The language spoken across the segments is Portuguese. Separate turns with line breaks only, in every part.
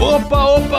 Opa, opa,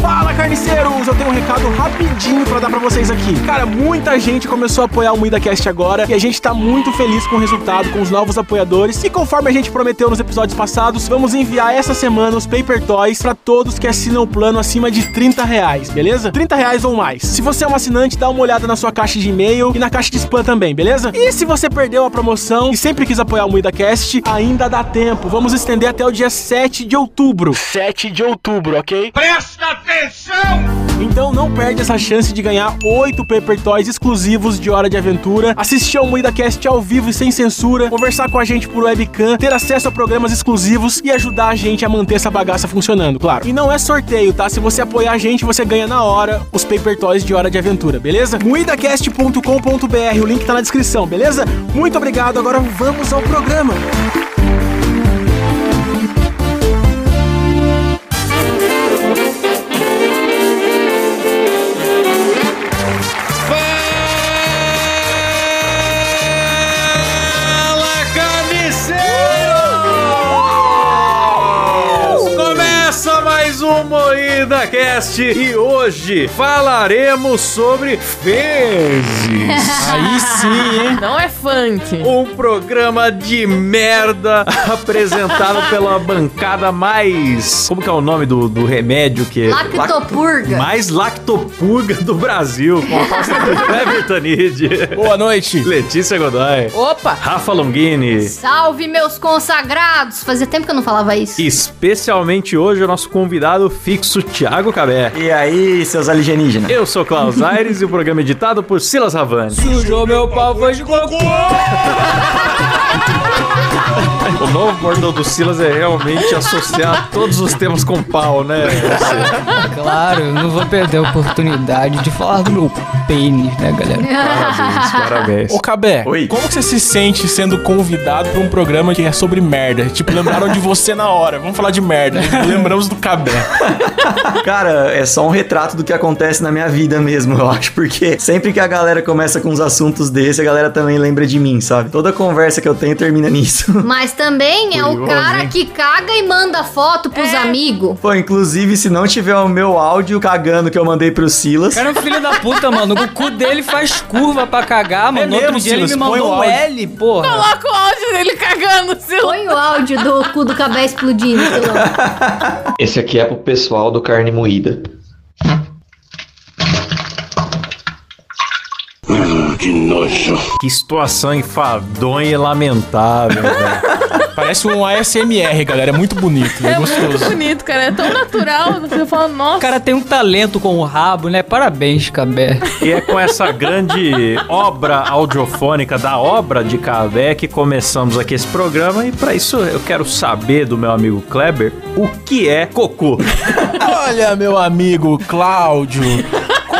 Fala, carniceiros! Eu tenho um recado rapidinho pra dar pra vocês aqui. Cara, muita gente começou a apoiar o MuidaCast agora e a gente tá muito feliz com o resultado, com os novos apoiadores. E conforme a gente prometeu nos episódios passados, vamos enviar essa semana os Paper Toys pra todos que assinam o plano acima de 30 reais, beleza? 30 reais ou mais. Se você é um assinante, dá uma olhada na sua caixa de e-mail e na caixa de spam também, beleza? E se você perdeu a promoção e sempre quis apoiar o MuidaCast, ainda dá tempo. Vamos estender até o dia 7 de outubro. 7 de outubro, ok? Então não perde essa chance de ganhar 8 Paper Toys exclusivos de Hora de Aventura, assistir ao MuidaCast ao vivo e sem censura, conversar com a gente por webcam, ter acesso a programas exclusivos e ajudar a gente a manter essa bagaça funcionando, claro. E não é sorteio, tá? Se você apoiar a gente, você ganha na hora os Paper Toys de Hora de Aventura, beleza? muidacast.com.br, o link tá na descrição, beleza? Muito obrigado, agora vamos ao programa.
Fala,
Uh!
carniceiros! Começa mais um Moída Cast e hoje falaremos sobre fezes.
Aí sim, hein?
Não é funk.
Um programa de merda apresentado pela bancada mais. Como que é o nome do, do remédio que. é
Lactopurga.
Mais lactopurga do Brasil. Com a pasta do Kleber Tanid,
Boa noite.
Letícia Godoy,
Opa!
Rafa Longini.
Salve, meus consagrados! Fazia tempo que eu não falava isso.
Especialmente hoje o nosso convidado fixo, Thiago Cabé.
E aí, seus alienígenas?
Eu sou Klaus Aires e o programa é editado por Silas Havani.
Sujou meu pau, foi de cocô!
O novo bordão do Silas é realmente associar todos os temas com pau, né?
Claro, eu não vou perder a oportunidade de falar do meu pênis, né, galera?
Parabéns, parabéns.
Ô, Cabé,
Oi.
como que você se sente sendo convidado pra um programa que é sobre merda? Tipo, lembraram de você na hora. Vamos falar de merda. né? Lembramos do Cabé.
Cara, é só um retrato do que acontece na minha vida mesmo, eu acho, porque sempre que a galera começa com uns assuntos desse, a galera também lembra de mim, sabe? Toda conversa que eu tenho termina nisso.
Mas também é o
Curioso,
cara
hein?
que caga e manda foto pros amigos.
Pô, inclusive, se não tiver o meu áudio cagando que eu mandei pro Silas,
O cara é um filho da puta, mano. O cu dele faz curva pra cagar,
É
mano.
mesmo,
Outro dia ele
Silas,
me
põe o
mandou um
áudio.
L, porra.
Coloca o áudio dele cagando, seu.
Põe o áudio do cu do cabé explodindo. sei lá.
Esse aqui é pro pessoal do carne moída.
Que situação enfadonha e lamentável, velho.
Parece um ASMR, galera. É muito bonito. É
É muito
gostoso.
bonito, cara. É tão natural. Você fala,
O
nossa.
cara tem um talento com o rabo, né? Parabéns, Cabé.
E é com essa grande obra audiofônica da obra de Cavé que começamos aqui esse programa. E pra isso eu quero saber do meu amigo Kleber o que é cocô.
Olha, meu amigo Cláudio.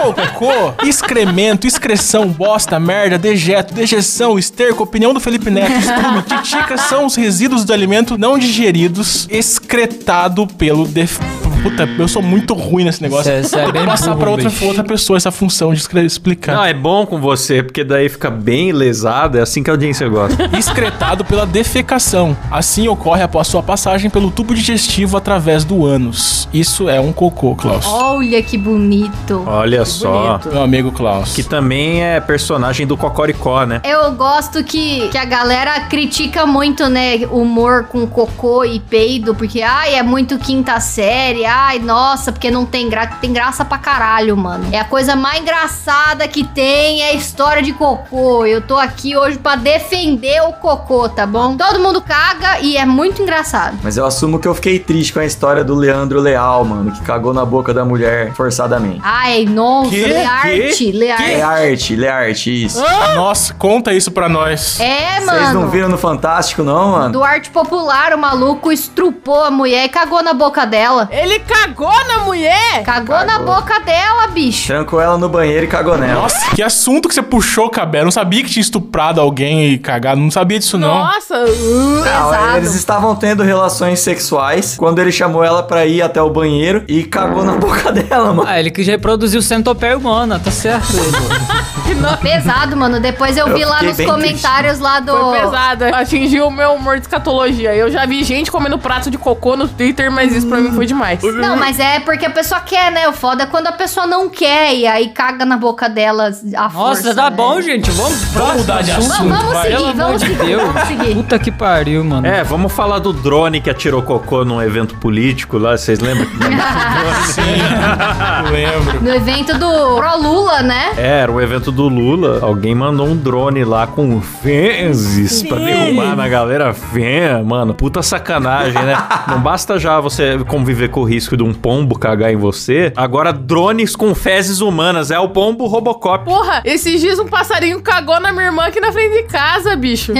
Cocô, excremento, excreção, bosta, merda, dejeto, dejeção, esterco, opinião do Felipe Neto, estrume, titica são os resíduos do alimento não digeridos, excretado pelo def... Puta, eu sou muito ruim nesse negócio.
Cê- cê é
Tem que
bem
passar
burro,
pra outra,
bicho.
outra pessoa essa função de escre- explicar.
Não, é bom com você, porque daí fica bem lesado, é assim que a audiência gosta.
excretado pela defecação. Assim ocorre após sua passagem pelo tubo digestivo através do ânus. Isso é um cocô, Klaus.
Olha que bonito.
Olha só.
Meu amigo Klaus.
Que também é personagem do Cocoricó, né?
Eu gosto que, que a galera critica muito, né, humor com cocô e peido, porque, ai, é muito quinta série, ai, nossa, porque não tem graça, tem graça pra caralho, mano. É a coisa mais engraçada que tem, é a história de cocô. Eu tô aqui hoje pra defender o cocô, tá bom? Todo mundo caga e é muito engraçado.
Mas eu assumo que eu fiquei triste com a história do Leandro Leal, mano, que cagou na boca da mulher forçadamente.
Ai, nossa,
Que?
Learte, Learte.
Learte, Learte, isso.
Nossa, conta isso pra nós.
É,
Vocês não
mano.
viram no Fantástico, não, mano?
Do arte popular, o maluco estrupou a mulher e cagou na boca dela.
Ele cagou na mulher?
Cagou, na boca dela, bicho.
Trancou ela no banheiro e cagou nela.
Nossa, que assunto que você puxou, cabelo. Não sabia que tinha estuprado alguém e cagado. Não sabia disso, não.
Nossa. uh,
Não,
pesado.
eles estavam tendo relações sexuais quando ele chamou ela pra ir até o banheiro e cagou na boca dela, mano.
Ah, ele quis reproduzir o centopeia humana, tá certo, Igor.
Pesado, mano. Depois eu,
Eu
vi lá
fiquei
nos
bem
comentários lá do.
Foi pesada. Atingiu o meu humor de escatologia. Eu já vi gente comendo prato de cocô no Twitter, mas isso pra mim foi demais.
Não, mas é porque a pessoa quer, né? O foda é quando a pessoa não quer e aí caga na boca dela a
Nossa,
força,
tá
né?
bom, gente. Vamos pro próximo
mudar de
assunto.
Não, vamos
vai.
seguir,
Pelo
vamos
amor de
seguir,
Deus.
vamos seguir.
Puta que pariu, mano.
É, vamos falar do drone que atirou cocô num evento político lá, vocês lembram?
Eu lembro.
No evento do Pro Lula, né?
É, era o evento do Lula. Alguém mandou um drone lá com fezes pra derrubar na galera fé, mano. Puta sacanagem, né? Não basta já você conviver com o risco de um pombo cagar em você. Agora, drones com fezes humanas. É o pombo Robocop.
Porra, esses dias um passarinho cagou na minha irmã aqui na frente de casa, bicho.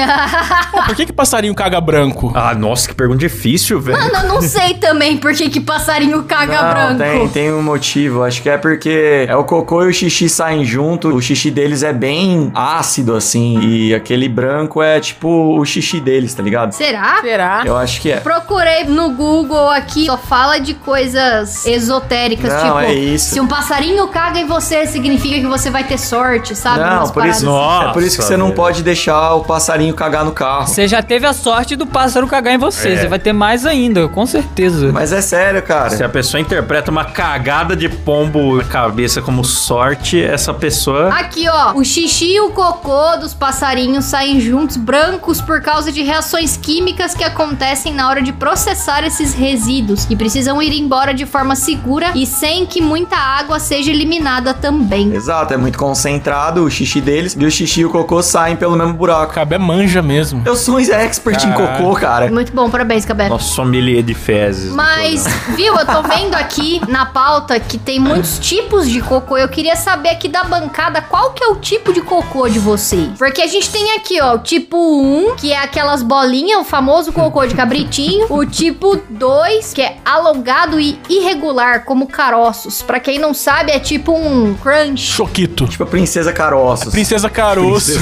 Pô, por que, que passarinho caga branco?
Ah, nossa, que pergunta difícil, velho.
Mano, eu não sei também por que que passarinho caga branco.
Tem, tem um motivo. Acho que é porque é o cocô e o xixi saem junto. O xixi deles é bem ácido, assim. E aquele branco é tipo o xixi deles, tá ligado?
Será?
Será?
Eu acho que é.
Procurei no Google aqui, só fala de coisas esotéricas,
Não,
tipo,
é isso.
se um passarinho caga em você, significa que você vai ter sorte, sabe? Umas
Não, por isso,
paradas assim.
Nossa,
é por isso que você não
velho.
pode deixar o passarinho cagar no carro.
Você já teve a sorte do pássaro cagar em
É.
você. Você vai ter mais ainda, com certeza.
Mas é sério,
Se a
cara.
pessoa interpreta uma cagada de pombo na cabeça como sorte, essa pessoa.
Aqui, ó, o xixi e o cocô dos passarinhos saem juntos brancos por causa de reações químicas que acontecem na hora de processar esses resíduos e precisam ir embora de forma segura e sem que muita água seja eliminada também.
Exato, é muito concentrado o xixi deles. E o xixi e o cocô saem pelo mesmo buraco.
Cabé é manja mesmo.
Eu sou um expert
Caraca.
em cocô, cara.
Muito bom, parabéns, Cabé.
Nosso sommelier de fezes. do
é. Mas,
programa.
viu, eu tô vendo aqui na pauta que tem muitos tipos de cocô. Eu queria saber aqui da bancada qual que é o tipo de cocô de vocês. Porque a gente tem aqui, ó, o tipo 1, que é aquelas bolinhas, o famoso cocô de cabritinho. o tipo 2, que é alongado e irregular, como caroços. Pra quem não sabe, é tipo um crunch.
Choquito.
Tipo a princesa caroços.
Princesa Caroço.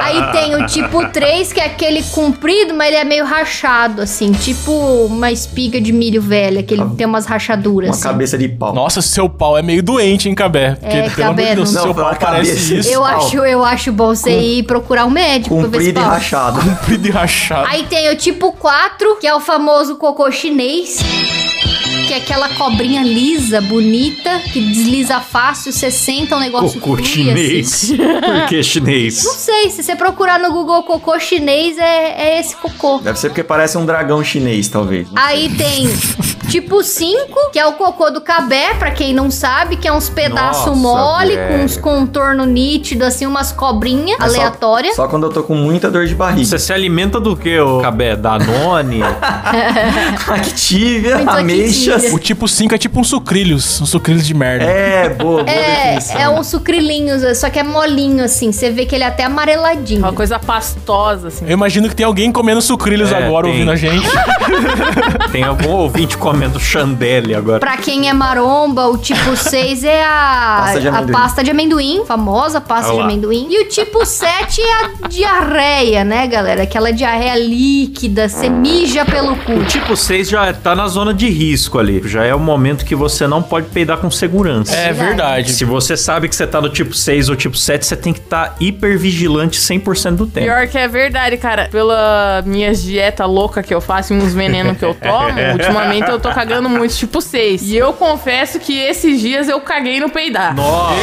Aí tem o tipo 3, que é aquele comprido, mas ele é meio rachado, assim. Tipo uma espiga de milho velha, que ele tem umas rachaduras.
Uma
assim.
cabeça de pau.
Nossa, seu pau é meio doente, hein, Cabé? Porque,
É,
pelo amor
Cabé,
de Deus,
não-
seu
Não,
pau
fala
parece
cabeça.
isso.
Eu
Pau.
acho, eu acho bom você ir procurar um médico pra ver se
Comprido e
fala.
rachado.
Comprido e rachado.
Aí tem o tipo 4, que é o famoso cocô chinês. Que é aquela cobrinha lisa, bonita, que desliza fácil, você senta um negócio
Cocô
free, assim.
chinês. Por que chinês?
Não sei, se você procurar no Google cocô chinês, é, é esse cocô.
Deve ser porque parece um dragão chinês, talvez.
Aí tem tipo 5, que é o cocô do cabé, pra quem não sabe, que é uns pedaços
Nossa,
mole,
velho.
com uns contorno nítido, assim, umas cobrinhas
Mas É só-
aleatórias.
Só quando eu tô com muita dor de barriga.
Você se alimenta do que, ô Cabé? Danone?
Active,
Muito
ameixa. Lucas.
O tipo 5 é tipo um sucrilhos, um sucrilhos de merda.
É, boa, boa definição.
É, é um sucrilhinho, só que é molinho, assim. Você vê que ele é até amareladinho.
Uma coisa pastosa, assim.
Eu imagino que tem alguém comendo sucrilhos
É,
agora
tem.
ouvindo a gente.
Tem algum ouvinte comendo chandelle agora.
Pra quem é maromba, o tipo 6 é a
Pasta de
a
amendoim.
pasta de amendoim, famosa pasta
Ah
de
lá.
amendoim. E o tipo 7 é a diarreia, né, galera? Aquela diarreia líquida, você mija pelo
O
cu.
tipo 6 já tá na zona de risco ali. Já é o momento que você não pode peidar com segurança.
É verdade.
Se você sabe que você tá no tipo 6 ou tipo 7, você tem que estar hipervigilante 100% do tempo.
Pior que é verdade, cara. Pela minha dieta louca que eu faço e uns venenos que eu tomo, ultimamente eu tô cagando muito, tipo 6. E eu confesso que esses dias eu caguei no peidar.
Nossa!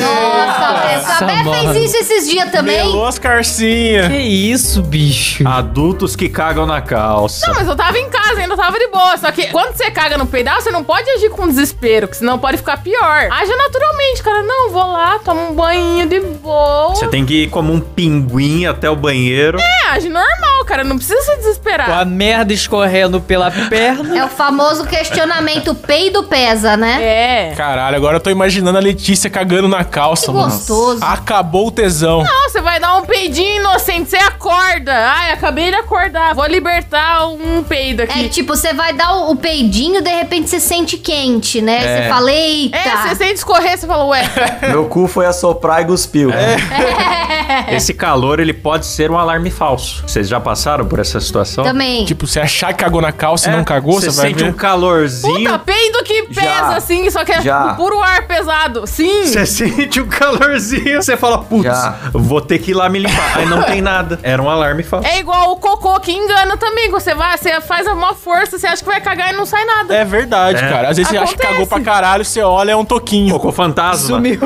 Nossa, essa Bé
mano.
fez isso esses dias também.
Melou as carcinhas.
Que isso, bicho?
Adultos que cagam na calça.
Não, mas eu tava em casa, ainda tava de boa. Só que quando você caga no peidar, você não pode agir com desespero, que senão pode ficar pior. Haja naturalmente, cara. Não, vou lá, tomo um banho de boa.
Você tem que ir como um pinguim até o banheiro.
É, age normal, cara. Não precisa se
Com
desesperar.
a merda escorrendo pela perna.
É o famoso questionamento peido pesa, né?
É.
Caralho, agora eu tô imaginando a Letícia cagando na calça,
Que
mano.
gostoso.
Acabou o tesão.
Não, você vai dar um peidinho inocente, você acorda. Ai, acabei de acordar. Vou libertar um peido
É
aqui.
tipo, você vai dar o, o peidinho, de repente você sente quente, né? Você fala, eita.
É, você sente escorrer, você fala, ué.
um-
Meu cu foi assoprar e cuspiu.
Esse calor, ele pode ser um alarme falso. Vocês já passaram por essa situação?
Também.
Tipo, você achar que cagou na calça e
É,
não cagou, você, vai
sente
ver.
um calorzinho.
Puta, peido que pesa,
Já.
assim, só que é
Já.
puro ar pesado. Sim.
Você sente um calorzinho. Você fala, putz,
Já.
vou ter que ir lá me limpar. Aí não tem nada. Era um alarme falso.
É igual o cocô que engana também. Você vai, você faz a maior força, você acha que vai cagar e não sai nada.
É verdade,
É.
cara. Às vezes você acha que cagou
Acontece.
pra caralho, você olha, é um toquinho. É.
Cocô fantasma.
Sumiu.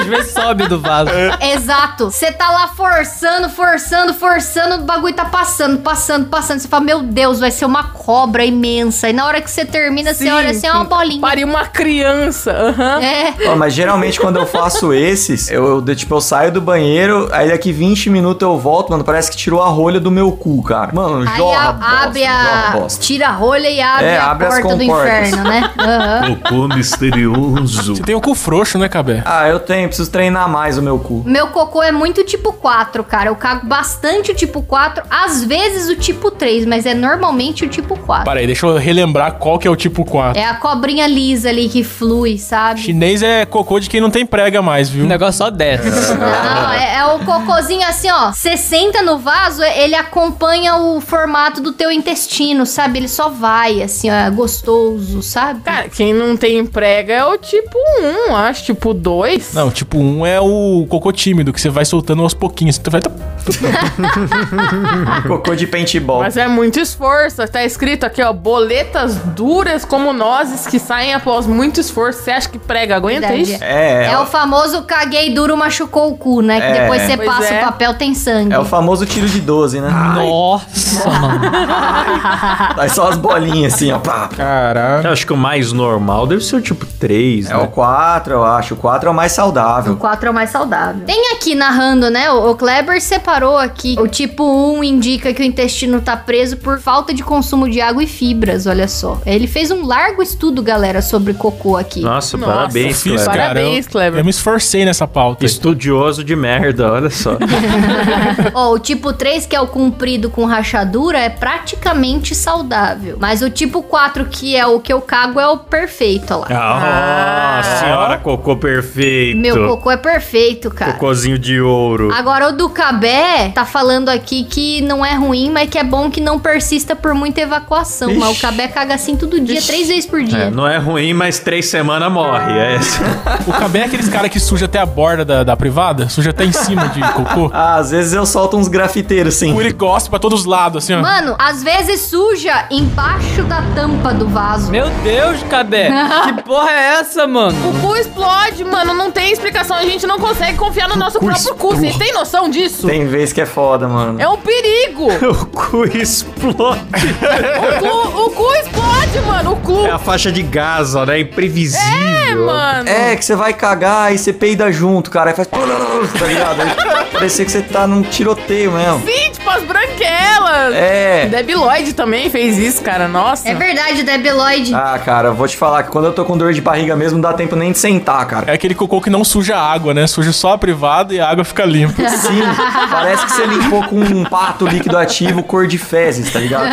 Às vezes sobe do vaso.
Exato. Você tá lá forçando, forçando, forçando, o bagulho tá passando, passando, passando. Você fala, meu Deus, vai ser uma cobra imensa. E na hora que você termina, você
Sim.
olha assim, é uma bolinha.
Pariu uma criança. Aham.
É.
Ó, mas geralmente quando eu faço esses, eu, eu, tipo, eu saio do banheiro, aí daqui 20 minutos eu volto, mano, parece que tirou a rolha do meu cu, cara. Mano,
Aí
jorra
a-
bosta,
abre
jorra
a.
bosta.
Tira a rolha e abre
É,
a
abre as
porta do
comportas.
inferno, né? Aham.
Cocô misterioso.
Você tem o cu frouxo, né, Cabé?
Ah, eu tenho, preciso treinar mais o meu cu.
Meu cocô é muito tipo 4, cara. Eu cago bastante o tipo 4, às vezes o tipo 3, mas é normalmente o tipo 4.
Para aí, deixa eu relembrar qual que é o tipo 4.
É a cobrinha lisa ali que flui, sabe?
Chinês é cocô de quem não tem prega mais,
O
viu?
negócio só desce.
Não, é, é o cocôzinho assim, ó. Você senta no vaso, é, ele acompanha o formato do teu intestino, sabe? Ele só vai, assim, ó, é gostoso, sabe?
Cara, quem não tem prega é o tipo 1, acho, tipo 2.
Não, tipo, um é o cocô tímido, que você vai soltando aos pouquinhos. Então vai...
Cocô de paintball.
Mas é muito esforço. Tá escrito aqui, ó, boletas duras como nozes que saem após muito esforço. Você acha que prega aguenta
Verdade.
isso?
É,
É,
é,
o famoso caguei duro, machucou o cu, né? Que
É.
depois você
Pois
passa
é.
o papel, tem sangue.
é o famoso tiro de 12, né?
Nossa, mano.
Aí é só as bolinhas assim, ó. Pá.
Caralho.
Eu acho que o mais normal deve ser o tipo 3,
É
né?
o 4, eu acho. O 4 é o mais
O
saudável.
4 é o mais saudável. Tem aqui narrando, né? O o Kleber separou aqui. O tipo 1 indica que o intestino tá preso por falta de consumo de água e fibras, olha só. Ele fez um largo estudo, galera, sobre cocô aqui.
Nossa,
Nossa,
parabéns,
Fiz,
Cleber.
cara.
Parabéns,
Eu-
Kleber.
Eu me esforcei nessa pauta. aí.
Estudioso de merda, olha só.
Ó, o tipo 3, que é o comprido com rachadura, é praticamente saudável. Mas o tipo 4, que é o que eu cago, é o perfeito, ó lá.
Ah, senhora cocô perfeito.
Meu cocô é perfeito, cara.
Cocôzinho de ouro.
Agora, o do Cabé tá falando aqui que não é ruim, mas que é bom que não persista por muita evacuação. Mas o Cabé caga assim todo dia, três vezes por dia.
É, não é ruim, mas três semanas morre. É esse.
O Cabé é aqueles caras que suja até a borda da, da privada, suja até em cima de cocô.
Ah, às vezes eu solto uns grafiteiros, assim.
O ele gosta pra todos os lados, assim, ó.
Mano, às vezes suja embaixo da tampa do vaso.
Meu Deus, Cabé. Que porra é essa, mano?
O cu explode, mano. Não tem explicação. A gente não consegue confiar no nosso próprio cu. Você tem noção disso?
Tem vez que é foda, mano.
É um perigo.
o cu explode.
O cu, o cu explode, mano. O cu.
É a faixa de Gaza, né? Imprevisível.
É, mano.
É, que você vai cagar e você peida junto, cara. Aí faz. Tá ligado? Aí Parecia que você tá num tiroteio mesmo.
Sim, tipo as branquelas.
É.
Debiloid também fez isso, cara. Nossa.
É verdade, Debeloid.
Ah, cara, vou te falar que quando eu tô com dor de barriga mesmo, não dá tempo nem de sentar, cara.
É aquele cocô que não suja a água, né? Suja só a privada e a água fica limpa.
Sim, parece que você limpou com um pato líquido ativo cor de fezes, tá ligado?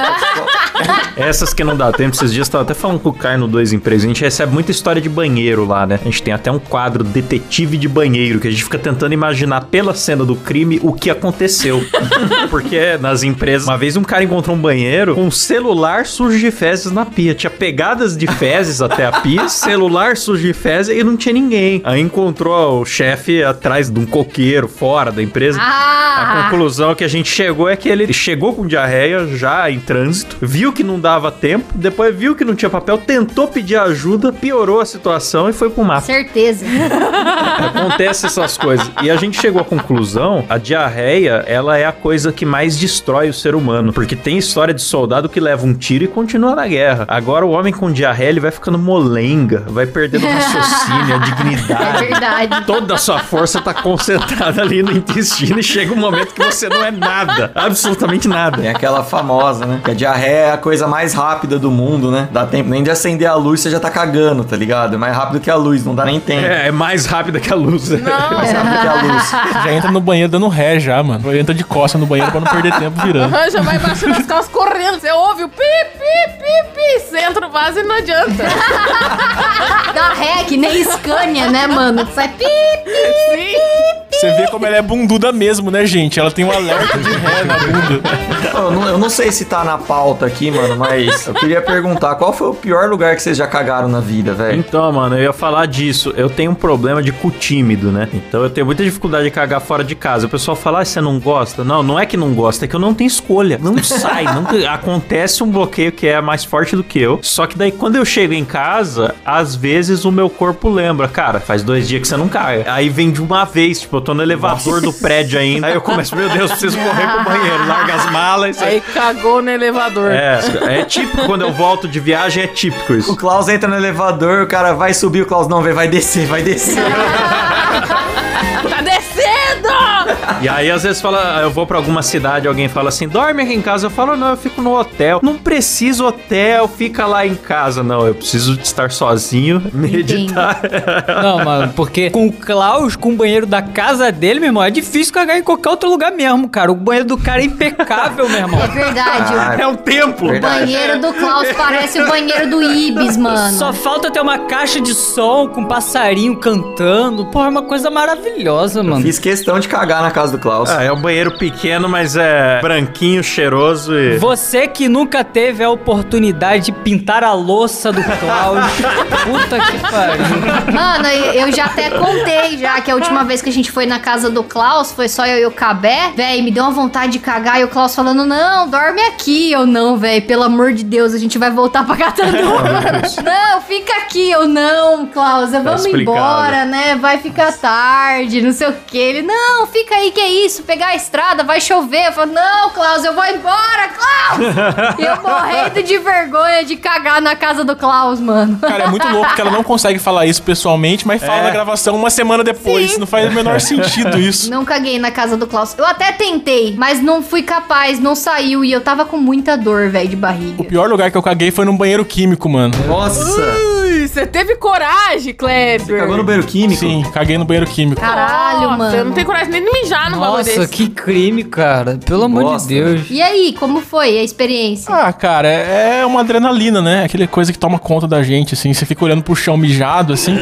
Essas que não dá tempo, esses dias eu tava até falando com o Caio no 2 Empregos. A gente recebe muita história de banheiro lá, né? A gente tem até um quadro detetive de banheiro, que a gente fica tentando imaginar pela cena do crime o que aconteceu. Porque nas empresas, uma vez um cara encontrou um banheiro com um celular sujo de fezes na pia. Tinha pegadas de fezes até a pia, celular sujo de fezes e não tinha ninguém. Aí encontrou o chefe atrás de um coqueiro fora da empresa. A
Ah!
conclusão que a gente chegou é que ele chegou com diarreia já em trânsito, viu que não dava tempo, depois viu que não tinha papel, tentou pedir ajuda, piorou a situação e foi pro mato.
Certeza.
Acontece essas coisas. E a gente chegou à conclusão, a diarreia, ela é a coisa que mais destrói o ser humano, porque tem história de soldado que leva um tiro e continua na guerra. Agora o homem com diarreia, ele vai ficando molenga, vai perdendo o raciocínio, a
É
dignidade.
verdade.
Toda a sua força tá concentrada ali no intestino e chega um momento que você não é nada, absolutamente nada.
Tem aquela famosa, né? Que a diarreia é a coisa mais rápida do mundo, né? Dá tempo nem de acender a luz, você já tá cagando, tá ligado? É mais rápido que a luz, não dá nem tempo.
É, é mais rápida que a luz.
É mais rápido que a luz.
Já entra no banheiro dando ré já, mano. Já entra de costa no banheiro pra não perder tempo virando.
Aham, já vai baixando as calças correndo. Você ouve o pi, pi, pi, pi. Centro vaso e não adianta.
Dá ré que nem Scania, né, mano? Sai pi, pi.
Sim.
Você vê como ela é bunduda mesmo, né, gente? Ela tem um alerta de ré na bunda.
Eu não, eu não sei se tá na pauta aqui, mano, mas eu queria perguntar: qual foi o pior lugar que vocês já cagaram na vida, velho?
Então, mano, eu ia falar disso. Eu tenho um problema de cu tímido, né? Então eu tenho muita dificuldade de cagar fora de casa. O pessoal fala, ah, você não gosta? Não, não é que não gosta, é que eu não tenho escolha. Não sai. não- Acontece um bloqueio que é mais forte do que eu. Só que daí, quando eu chego em casa, às vezes o meu corpo lembra, cara, faz dois dias que você não caga. Aí vem de uma vez, tipo, eu tô no elevador do prédio ainda. Aí eu começo, meu Deus, preciso correr pro banheiro, larga as malas.
Aí cagou no elevador.
É, é típico quando eu volto de viagem, é típico isso.
O Klaus entra no elevador, o cara vai subir, o Klaus não vê, vai descer, vai descer.
Tá descendo!
E aí, às vezes, fala, eu vou pra alguma cidade, alguém fala assim, dorme aqui em casa. Eu falo, não, eu fico no hotel. Não preciso hotel, fica lá em casa. Não, eu preciso de estar sozinho, meditar.
Não, mano, porque com o Klaus, com o banheiro da casa dele, meu irmão, é difícil cagar em qualquer outro lugar mesmo, cara. O banheiro do cara é impecável, meu irmão.
É verdade.
Ah,
É um templo.
o banheiro do Klaus parece o banheiro do Ibis, mano.
Só falta ter uma caixa de som com um passarinho cantando. Porra, é uma coisa maravilhosa, mano.
Fiz questão de cagar na casa do Klaus.
Ah, é um banheiro pequeno, mas é branquinho, cheiroso e...
Você que nunca teve a oportunidade de pintar a louça do Klaus. Puta que pariu.
Mano, eu eu já até contei já que a última vez que a gente foi na casa do Klaus, foi só eu e o Cabé. Véi, me deu uma vontade de cagar e o Klaus falando: Não, dorme aqui. Eu não, véi, pelo amor de Deus, a gente vai voltar pra Catandu. não, fica aqui. Eu não, Klaus, vamos
explicado.
embora, né? Vai ficar tarde, não sei o que. Ele: Não, fica aí, que é isso? Pegar a estrada, vai chover. Eu falo: Não, Klaus, eu vou embora, Klaus. E eu morrendo de vergonha de cagar na casa do Klaus, mano.
Cara, é muito louco que ela não consegue falar isso pessoalmente, mas fala na gravação uma semana depois. Não faz o menor sentido isso.
Não caguei na casa do Klaus. Eu até tentei, mas não fui capaz, não saiu e eu tava com muita dor, velho, de
O
barriga.
pior lugar que eu caguei foi num banheiro químico, mano.
Nossa!
Ui, Você teve coragem, Kleber.
Cagou no banheiro químico?
Sim, caguei no banheiro químico.
Caralho,
Nossa,
mano.
Eu não tenho coragem nem de mijar no bagulho
Nossa,
desse.
que crime, cara. Pelo amor de
bosta,
Deus.
E aí, como foi a experiência?
Ah, cara, é uma adrenalina, né? Aquela coisa que toma conta da gente, assim. Você fica olhando pro chão mijado, assim.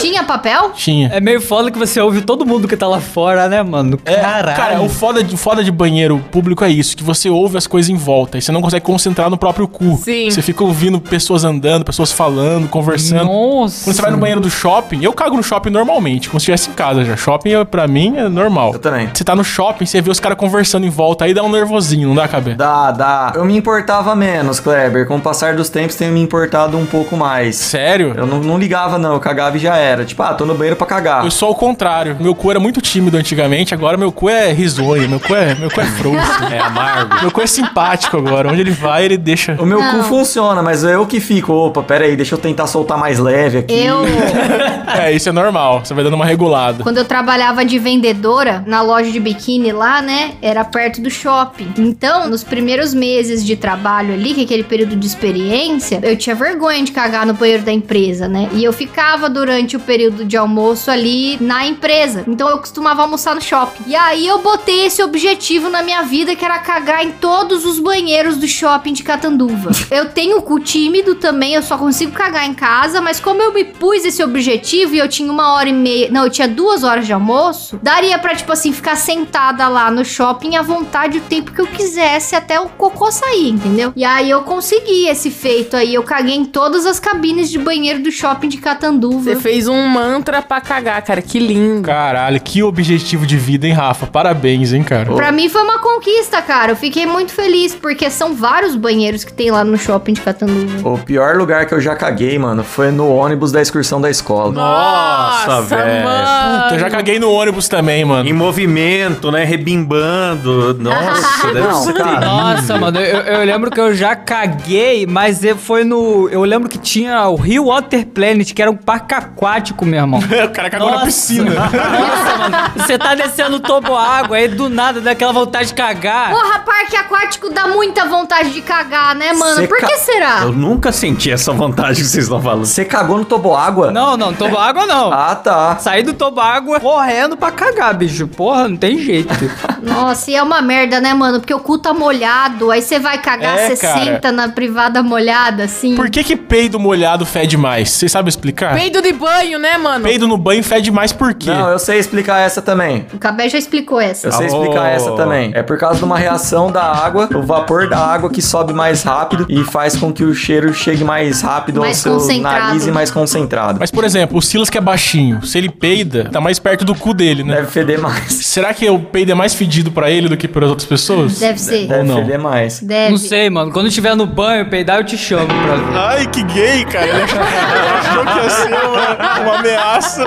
Tinha papel?
Tinha.
É meio foda que você ouve todo mundo que tá lá fora, né, mano? Caralho.
É, Cara, o foda, de, o foda de banheiro público é isso, que você ouve as coisas em volta e você não consegue concentrar no próprio cu.
Sim.
Você fica ouvindo pessoas andando, pessoas falando, conversando.
Nossa.
Quando você vai no banheiro do shopping, eu cago no shopping normalmente, como se estivesse em casa já. Shopping, é- pra mim, é normal.
Eu também.
Você tá no shopping, você vê os caras conversando em volta, aí dá um nervosinho, não dá, cabeça?
Dá, dá. Eu me importava menos, Kleber. Com o passar dos tempos, tenho me importado um pouco mais.
Sério?
Eu não, não ligava, não. Eu cagava e já era. Tipo, ah, tô no banheiro pra cagar.
Eu sou ao contrário. Meu cu era muito tímido antigamente, agora meu cu é risonho, meu cu é, meu cu é frouxo.
É amargo.
Meu cu é simpático agora. Onde ele vai, ele deixa.
O meu
Não.
cu funciona, mas eu que fico. Opa, pera aí, deixa eu tentar soltar tá mais leve aqui.
Eu,
É, isso é normal. Você vai dando uma regulada.
quando eu trabalhava de vendedora na loja de biquíni lá, né? Era perto do shopping. Então, nos primeiros meses de trabalho ali, que é aquele período de experiência, eu tinha vergonha de cagar no banheiro da empresa, né? E eu ficava durante o período de almoço ali na empresa. Então, eu costumava almoçar no shopping. E aí, eu botei esse objetivo na minha vida, que era cagar em todos os banheiros do shopping de Catanduva. eu tenho o cu tímido também, eu só consigo cagar em casa, mas como eu me pus esse objetivo e eu tinha uma hora e meia, não, eu tinha duas horas de almoço, daria pra, tipo assim, ficar sentada lá no shopping à vontade o tempo que eu quisesse até o cocô sair, entendeu? E aí eu consegui esse feito aí, eu caguei em todas as cabines de banheiro do shopping de Catanduva.
Você fez um mantra pra cagar, cara. Que lindo.
Caralho, que objetivo de vida, hein, Rafa? Parabéns, hein, cara.
Pra mim foi uma conquista, cara. Eu fiquei muito feliz, porque são vários banheiros que tem lá no shopping de Catanduva.
O pior lugar que eu já caguei, mano, foi no ônibus da excursão da escola.
Nossa, velho.
Puta, eu já caguei no ônibus também, mano.
Em movimento, né? Rebimbando. Nossa, deve
Não,
ser
cara.
Nossa, mano, eu, eu lembro que eu já caguei, mas eu- foi no. Eu lembro que tinha o Rio Water Planet, que era um parque aquático, meu irmão.
O cara cagou na
Nossa.
piscina.
Nossa, mano, você tá descendo o tobo água, aí do nada dá aquela vontade de cagar.
Porra, parque aquático dá muita vontade de cagar, né, mano?
Cê
Por
ca-
que
Ah.
será?
Eu nunca senti essa vantagem que vocês estão falando.
Você cagou no toboágua?
Não, não, tobo água não.
Ah, tá.
Saí do tobo água correndo pra cagar, bicho. Porra, não tem jeito.
Nossa, e é uma merda, né, mano? Porque o cu tá molhado, aí você vai cagar,
É,
você
cara.
senta na privada molhada, assim.
Por que que peido molhado fede mais? Vocês sabem explicar?
Peido de banho, né, mano?
Peido no banho fede mais por quê?
Não, eu sei explicar essa também.
O Cabé já explicou essa.
Eu sei
Alô.
explicar essa também. É por causa de uma reação da água, o vapor da água que sobe mais rápido e faz com que o cheiro chegue mais rápido
Mais
ao seu
concentrado.
nariz e mais concentrado.
Mas, por exemplo, o Silas que é baixinho, se ele peida, tá mais perto do cu dele, né?
Deve feder mais.
Será que o peido é mais fedido pra ele do que para outras pessoas?
Deve ser.
Deve
não?
feder mais.
Deve.
Não sei, mano. Quando eu tiver no banho, peidar, eu te chamo pra ver.
Ai, que gay, cara. Ele achou, que ia ser uma, ameaça.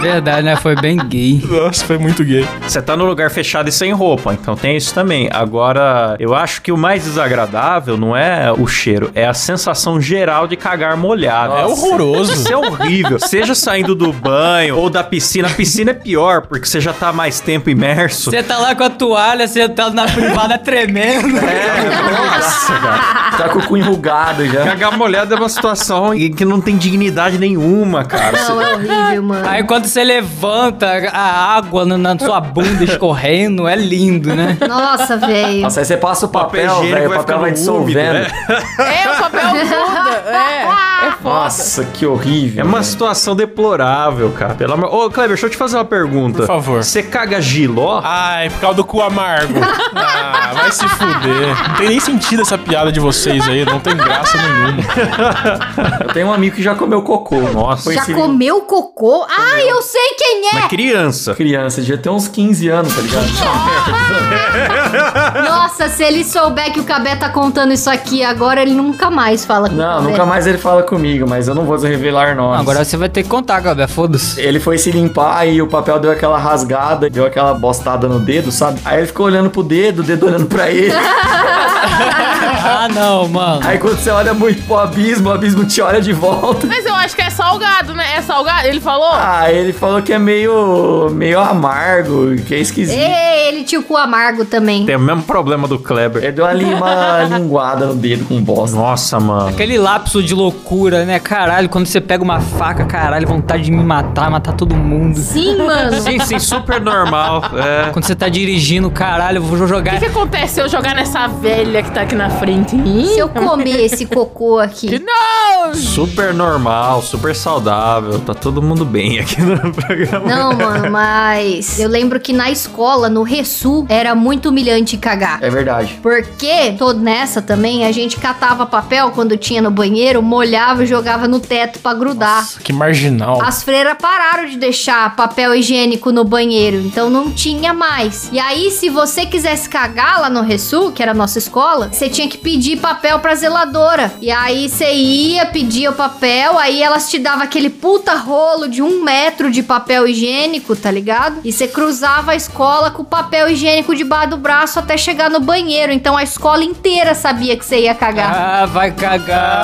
Verdade, né? Foi bem gay.
Nossa, foi muito gay.
Você tá no lugar fechado e sem roupa, então tem isso também. Agora, eu acho que o mais desagradável não é o cheiro, é a sensação geral de cagar molhado.
É horroroso.
Isso é horrível. Seja saindo do banho ou da piscina. A piscina é pior, porque você já tá há mais tempo imerso.
Você tá lá com a toalha, sentado na privada tremendo.
é
Nossa, cara. É, Tá com o cu enrugado já.
Cagar molhado é uma situação em que não tem dignidade nenhuma, cara. Você-
Não, é horrível, mano.
Aí quando você levanta a água na- na sua bunda escorrendo, é lindo, né?
Nossa, velho.
Nossa, aí você passa o papel,
papel higiênico
velho, o
vai
papel vai
ficando úmido,
dissolvendo.
né?
É, o papel gruda. É, é foda.
Nossa, que horrível.
É uma
velho.
situação deplorável, cara. Pelo amor... Ô, Kleber, deixa eu te fazer uma pergunta.
Por favor.
Você caga giló?
Ai, por causa do cu amargo. Ah, vai se fuder. Não tem nem sentido essa piada de vocês aí, não tem graça nenhuma.
Eu tenho um amigo que já comeu cocô. Nossa. Foi
já
esse-
comeu cocô? Ah, eu sei quem é!
Mas criança.
criança, devia ter uns 15 anos, tá ligado?
Nossa, se ele souber que o Cabé tá contando isso aqui agora, ele nunca mais fala com o
Não,
Cabé.
nunca mais ele fala comigo, mas eu não vou revelar nomes.
Agora você vai ter que contar, Gabriel. Foda-se.
Ele foi se limpar e o papel deu aquela rasgada, deu aquela bostada no dedo, sabe? Aí ele ficou olhando pro dedo, o dedo olhando pra ele.
Ah, não, mano.
Aí quando você olha muito pro abismo, o abismo te olha de volta.
Mas eu acho que é salgado, né? É salgado? Ele falou?
Ah, ele falou que é meio, meio amargo, que é esquisito.
Ei, ele tinha o cu amargo também.
Tem o mesmo problema do Kleber.
Ele deu ali uma linguada no dedo com bosta.
Nossa, mano.
Aquele lapso de loucura, né? Caralho, quando você pega uma faca, caralho, vontade de me matar, matar todo mundo.
Sim, mano.
Sim, sim, super normal. É.
Quando você tá dirigindo, caralho, eu vou
O
jogar.
que, que acontece se eu jogar nessa velha que tá aqui na frente? Ih,
Se eu comer esse cocô
que
aqui.
nojo!
Super normal, super saudável. Tá todo mundo bem aqui no programa.
Não, mano, mas eu lembro que na escola, no Ressu, era muito humilhante cagar.
É verdade.
Porque, tô nessa também, a gente catava papel quando tinha no banheiro, molhava e jogava no teto pra grudar.
Que marginal.
As freiras pararam de deixar papel higiênico no banheiro, então não tinha mais. E aí, se você quisesse cagar lá no Ressu, que era a nossa escola, você tinha que pedir papel pra zeladora. E aí você ia, pedia o papel, aí elas te davam aquele puta rolo de um metro de papel higiênico, tá ligado? E você cruzava a escola com o papel higiênico debaixo do braço até chegar no banheiro. Então a escola inteira sabia que você ia
é?
cagar.
Ah, vai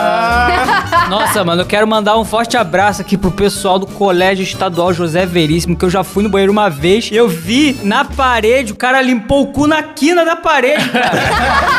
cagar. Nossa, mano, eu quero mandar um forte abraço aqui pro pessoal do Colégio Estadual José Veríssimo, que eu já fui no banheiro uma vez. Eu vi na parede, o cara limpou o cu na quina da parede, cara.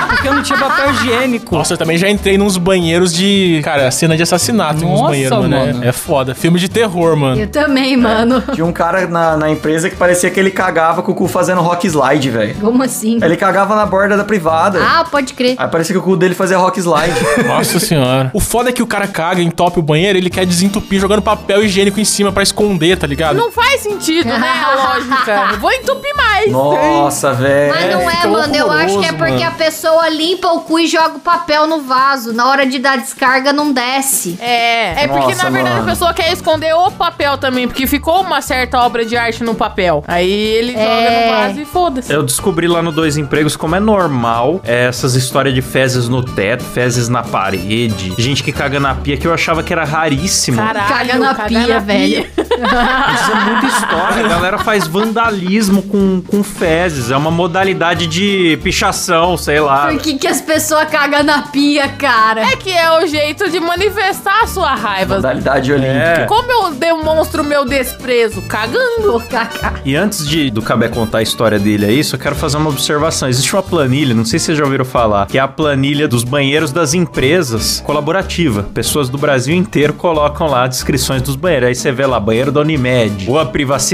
Porque eu não tinha papel higiênico.
Nossa, eu também já entrei nos banheiros de. Cara, cena de assassinato nos
Nossa,
banheiros, mano.
mano.
É, é foda. Filme de terror, mano.
Eu também, mano.
Tinha um cara na, na empresa que parecia que ele cagava com o cu fazendo rock slide, velho.
Como assim?
Ele cagava na borda da privada.
Ah, pode crer.
Aí parecia que o cu dele fazia rock slide.
Nossa senhora. O foda é que o cara caga, entope o banheiro, ele quer desentupir jogando papel higiênico em cima pra esconder, tá ligado?
Não faz sentido, né? A lógica. Vou entupir mais.
Nossa, velho.
Mas não é,
fica
mano. Eu acho que é
horroroso,
porque
mano.
a pessoa limpa o cu e joga o papel no vaso. Na hora de dar descarga, não desce.
É, é porque
Nossa,
na verdade
mano.
a pessoa quer esconder o papel também, porque ficou uma certa obra de arte no papel. Aí ele joga
É.
no vaso e foda-se.
Eu descobri lá no Dois Empregos como é normal essas histórias de fezes no teto, fezes na parede, gente que caga na pia, que eu achava que era raríssimo.
Caga na pia, velho.
Isso é muita história. A galera faz vandalismo com, com fezes. É uma modalidade de pichação, sei lá.
Por que, que as pessoas cagam na pia, cara?
É que é o jeito de manifestar a sua raiva.
Modalidade olímpica.
É.
Como eu demonstro o meu desprezo? Cagando.
Por cagar.
E antes de do Cabé contar a história dele aí, só quero fazer uma observação. Existe uma planilha, não sei se vocês já ouviram falar, que é a planilha dos banheiros das empresas colaborativa. Pessoas do Brasil inteiro colocam lá descrições dos banheiros. Aí você vê lá, banheiro da Unimed, boa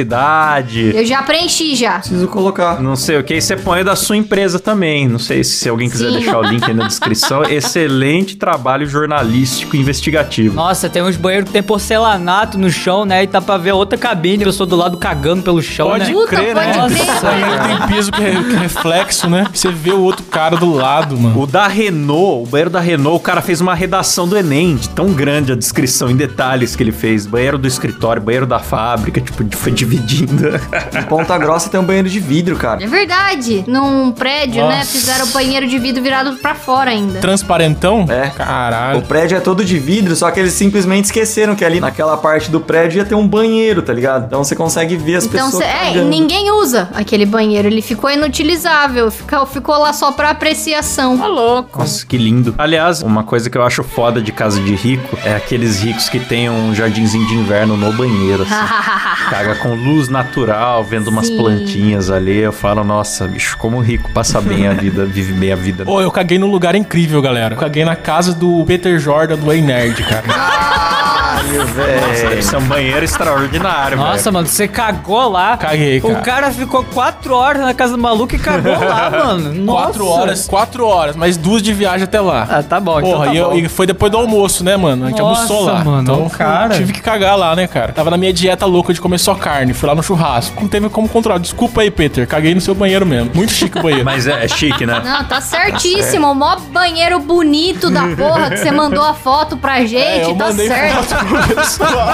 privacidade,
Eu já preenchi já.
Preciso colocar.
não sei o que. E você põe o da sua empresa também. Não sei se alguém quiser
Sim.
deixar o link aí na descrição. Excelente trabalho jornalístico e investigativo.
Nossa, tem uns banheiros que tem porcelanato no chão, né? E tá pra ver outra cabine, a pessoa do lado cagando pelo chão,
Pode
né?
Puta,
crer, né?
pode
Nossa.
crer.
Banheiro tem piso que, re- que reflexo, né? Você vê o outro cara do lado, mano.
O da Renault, o banheiro da Renault, o cara fez uma redação do Enem, de tão grande a descrição em detalhes que ele fez. Banheiro do escritório, banheiro da fábrica, tipo, de- foi dividindo.
Em Ponta Grossa tem um banheiro de vidro, cara.
É verdade. Num prédio, né?
Nossa.
Fizeram o banheiro de vidro virado pra fora ainda.
Transparentão?
É. O
Caralho.
prédio é todo de vidro, só que eles simplesmente esqueceram que ali naquela parte do prédio ia ter um banheiro, tá ligado? Então você consegue ver as
Então,
pessoas.
cê, é,
cagando.
ninguém usa aquele banheiro. Ele ficou inutilizável. Ficou, ficou lá só pra
Ô,
apreciação.
louco.
Nossa, que lindo. Aliás, uma coisa que eu acho foda de casa de rico é aqueles ricos que tem um jardinzinho de inverno no banheiro, assim. Caga com luz natural, vendo umas
Sim.
plantinhas ali. Eu falo, nossa, bicho, como o rico passa bem a vida, vive bem a vida.
Ô, eu caguei num lugar incrível, galera. Eu caguei na casa do Peter Jordan do Ei Nerd, cara.
Caralho,
Nossa,
velho.
deve ser um banheiro extraordinário, velho.
Nossa, mano, você cagou lá.
Caguei, cara.
O cara ficou quatro horas na casa do maluco e cagou lá, mano. Nossa.
Quatro horas, quatro horas, mas duas de viagem até lá.
Ah, tá bom.
Porra,
então tá
e, eu-
bom.
e foi depois do almoço, né, mano? A gente
Nossa,
almoçou lá.
mano,
então,
cara.
eu tive que cagar lá, né, cara? Tava na minha dieta louca de comer só carne. Fui lá no churrasco. Não teve como controlar. Desculpa aí, Peter. Caguei no seu banheiro mesmo. Muito chique o banheiro.
Mas é, é chique, né?
Não, tá certíssimo. O maior banheiro bonito da porra que você mandou a foto pra gente. tá certo.
é, foto pro pessoal.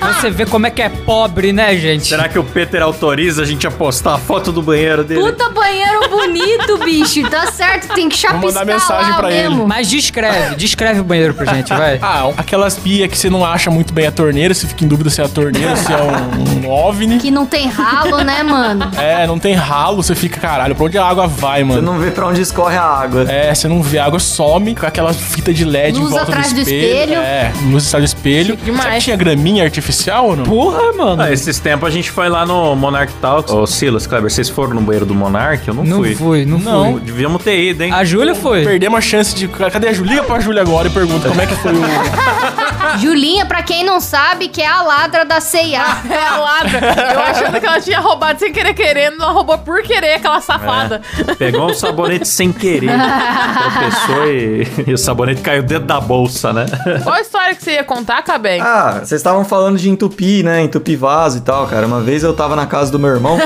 Você vê como é que é pobre, né, gente?
Será que o Peter autoriza a gente a postar a foto do banheiro dele?
Puta banheiro bonito, bicho. Tá certo. Tem que chapiscar
mandar mensagem
lá
pra ele.
mesmo.
Mas descreve, descreve o banheiro pra gente, vai.
Ah, aquelas pia que você não acha muito bem a torneira, você fica em dúvida se é a torneira, se é um, um OVNI.
Que não tem ralo, né, mano?
É, não tem ralo, você fica, caralho, pra onde a água vai, mano?
Você não vê pra onde escorre a água.
É, você não vê, a água some com aquela fita de LED em
Luz
volta
atrás do
do espelho.
espelho.
É, luz atrás do espelho.
Chique demais.
Será que tinha graminha artificial ou não?
Porra, mano.
Ah, esses tempos a gente foi lá no Monarch Talks. Ô, Silas, Kleber, vocês foram no banheiro do Monarch? Eu não,
não
fui.
fui, não, Ah.
Não.
fui.
Devíamos ter ido, hein?
A Júlia foi.
Perdemos a chance de. Cadê a Júlia? Liga pra Júlia agora e pergunta como é que foi o.
Julinha, pra quem não sabe, que é a ladra da C&A.
É a ladra. Eu achando que ela tinha roubado sem querer querendo, ela roubou por querer aquela safada.
Pegou um sabonete sem querer. Tropeçou e... e o sabonete caiu dentro da bolsa, né?
Qual a história que você ia contar, Cabem?
Ah, vocês estavam falando de entupir, né? Entupir vaso e tal, cara. Uma vez eu tava na casa do meu irmão.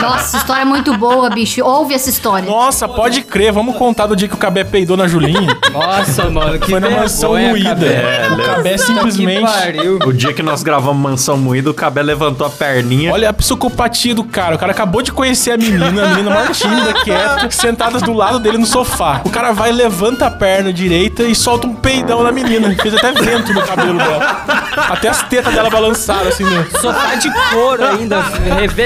Nossa, história é muito boa, bicho. Ouve essa história.
Nossa, pode crer, vamos contar do dia que o Cabé peidou na Julinha.
Nossa, mano, que
foi na mansão
vergonha,
moída.
cara.
o Cabé
Que
simplesmente.
pariu.
É, O dia que nós gravamos Mansão Moída, o Cabé levantou a perninha.
Olha a psicopatia do cara. O cara acabou de conhecer a menina, a menina mais tímida, quieta, sentada do lado dele no sofá. O cara vai, levanta a perna direita e solta um peidão na menina. Fez até vento no cabelo dela. Até as tetas dela balançaram assim. né?
Sofá de couro ainda,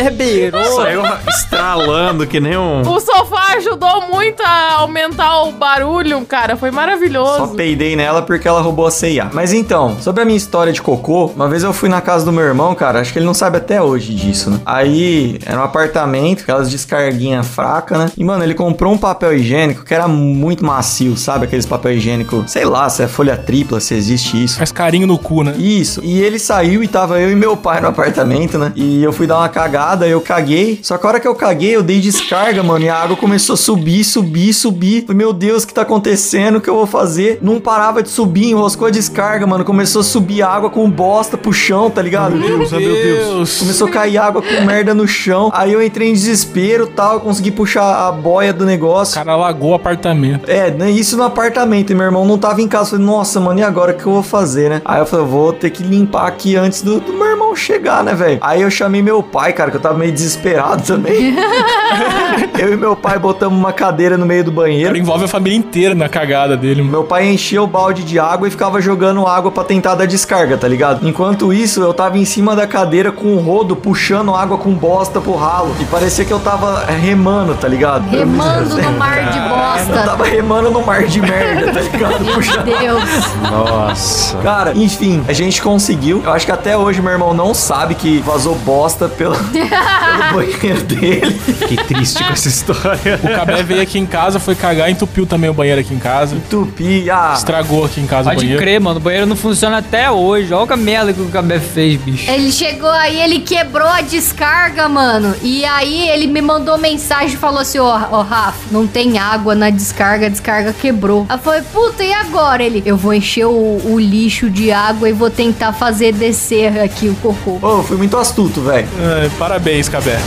reverberou.
Saiu estralando que nem um.
O sofá ajudou muito a aumentar o barulho, cara. Foi
Só
maravilhoso.
peidei nela porque ela roubou a CIA. Mas então, sobre a minha história de cocô, uma vez eu fui na casa do meu irmão, cara, acho que ele não sabe até hoje disso, né? Aí era um apartamento, aquelas descarguinha fraca, né? E mano, ele comprou um papel higiênico que era muito macio, sabe? Aqueles papel higiênico, sei lá, se é folha tripla, se existe isso.
Faz carinho no cu, né?
Isso. E ele saiu e tava eu e meu pai no apartamento, né? E eu fui dar uma cagada, eu caguei. Só que a hora que eu caguei, eu dei descarga, mano. E a água começou a subir, subir, subir. Falei, meu Deus, o que tá acontecendo? O que eu vou fazer? Não parava de subir, enroscou a descarga, mano. Começou a subir água com bosta pro chão, tá ligado? Começou a cair água com merda no chão. Aí eu entrei em desespero tal. eu Consegui puxar a boia do
O
negócio.
cara alagou o apartamento.
É, né, isso no apartamento. E meu irmão não tava em casa. Eu Falei, nossa, mano, e agora o que eu vou fazer, né? Aí eu falei, eu vou ter que limpar aqui antes do, do meu irmão chegar, né, velho? Aí eu chamei meu pai, cara, que eu tava meio desesperado também. eu e meu pai botamos uma cadeira no meio do
O cara
banheiro.
envolve a família inteira na cagada dele, mano.
Meu pai enchia o balde de água e ficava jogando água pra tentar dar descarga, tá ligado? Enquanto isso, eu tava em cima da cadeira com o rodo puxando água com bosta pro ralo. E parecia que eu tava remando, tá ligado?
Remando no mar de
Eu
bosta.
tava remando no mar de merda, tá ligado?
Meu
Puxando
Deus.
Nossa.
Cara, enfim, a gente conseguiu. Eu acho que até hoje meu irmão não sabe que vazou bosta pelo, pelo banheiro dele.
Fiquei triste com essa história.
O Cabé veio aqui em casa, foi cagar, entupiu também o banheiro aqui em casa.
Tupi, ah.
Estragou aqui em casa o
Pode
banheiro.
crer, mano. O banheiro não funciona até hoje. Olha o que a merda que o Cabé fez, bicho.
Ele chegou aí, ele quebrou a descarga, mano. E aí ele me mandou mensagem e falou assim: Ó, ó, Rafa, não tem água na descarga, a descarga quebrou. Aí eu falei, puta, e agora? Ele, eu vou encher o, o lixo de água e vou tentar fazer descer aqui o cocô.
Ô, fui muito astuto, velho.
Ah, parabéns, Cabé.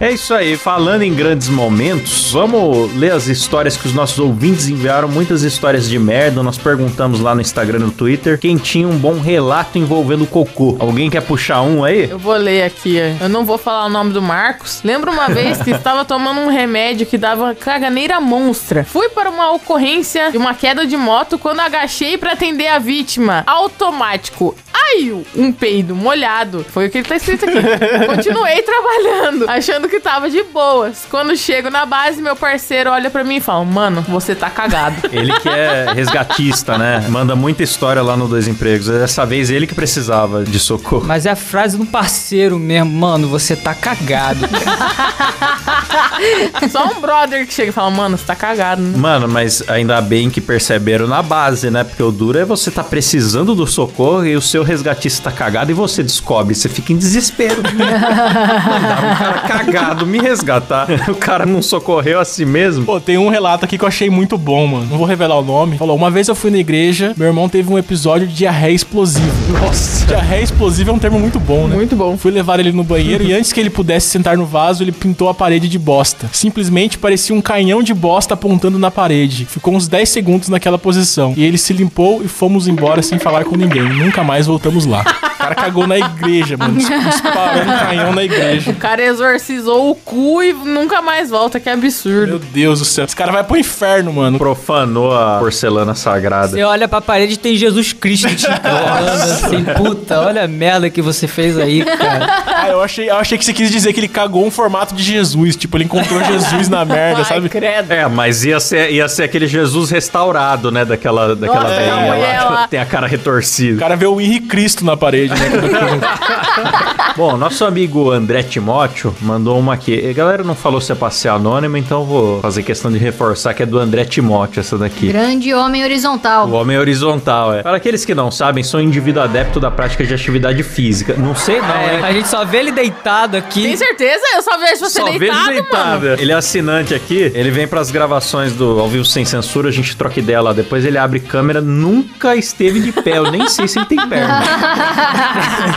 É isso aí, falando em grandes momentos, vamos ler as histórias que os nossos ouvintes enviaram, muitas histórias de merda. Nós perguntamos lá no Instagram e no Twitter quem tinha um bom relato envolvendo cocô. Alguém quer puxar um aí?
Eu vou ler aqui. ó. Eu não vou falar o nome do Marcos. Lembro uma vez que estava tomando um remédio que dava caganeira monstra. Fui para uma ocorrência de uma queda de moto quando agachei para atender a vítima. Automático. Ai, um peido molhado. Foi o que ele tá escrito aqui. Continuei trabalhando, achando que tava de boas. Quando chego na base, meu parceiro olha para mim e fala: Mano, você tá cagado.
Ele que é resgatista, né? Manda muita história lá no Dois Empregos. Dessa vez ele que precisava de socorro.
Mas é a frase do parceiro mesmo, mano. Você tá cagado.
Só um brother que chega e fala: Mano, você tá cagado, né?
Mano, mas ainda bem que perceberam na base, né? Porque o duro é você tá precisando do socorro e o seu resgatista tá cagado e você descobre. Você fica em desespero. Mandaram um cara cagado me resgatar. O cara não socorreu a si mesmo.
Pô, tem um relato aqui que eu achei muito bom, mano. Não vou revelar o nome. Falou: uma vez eu fui na igreja, meu irmão teve um episódio de diarreia explosiva. Nossa. Diarreia explosiva é um termo muito bom, né?
Muito bom.
Fui levar ele no banheiro e antes que ele pudesse sentar no vaso, ele pintou a parede de bosta. Simplesmente parecia um canhão de bosta apontando na parede. Ficou uns 10 segundos naquela posição. E ele se limpou e fomos embora sem falar com ninguém. Nunca mais voltamos lá. O cara cagou na igreja, mano. Disparou um canhão na igreja.
O cara exorcizou o cu e nunca mais volta, que absurdo.
Meu Deus do céu. Esse cara vai pro inferno, mano.
Profanou a porcelana sagrada.
Você olha pra parede e tem Jesus Cristo te encarando assim. Puta, olha a merda que você fez aí, cara.
Ah, eu achei, eu achei que você quis dizer que ele cagou um formato de Jesus. Tipo, ele encontrou Jesus na merda, sabe?
credo.
É, mas ia ser, ia ser aquele Jesus restaurado, né? Daquela, daquela
Nossa,
velhinha
aquela mulher
lá.
lá.
Tem a cara
O
retorcida.
cara vê o Henri Cristo na parede, né?
Bom, nosso amigo André Timóteo mandou uma aqui. E, galera não falou se é pra ser anônima, então eu vou fazer questão de reforçar que é do André Timóteo essa daqui.
Grande homem horizontal.
O homem horizontal, é. Para aqueles que não sabem, sou um indivíduo adepto da prática de atividade física. Não sei não,
É,
hein?
a gente só vê ele deitado
Tem
aqui.
certeza? Eu Tá só vejo você deitado, mano.
Ele é assinante aqui, ele vem pras gravações do Ao Vivo Sem Censura, a gente troca ideia lá. Depois ele abre câmera, nunca esteve de pé. Eu nem sei se ele tem perna.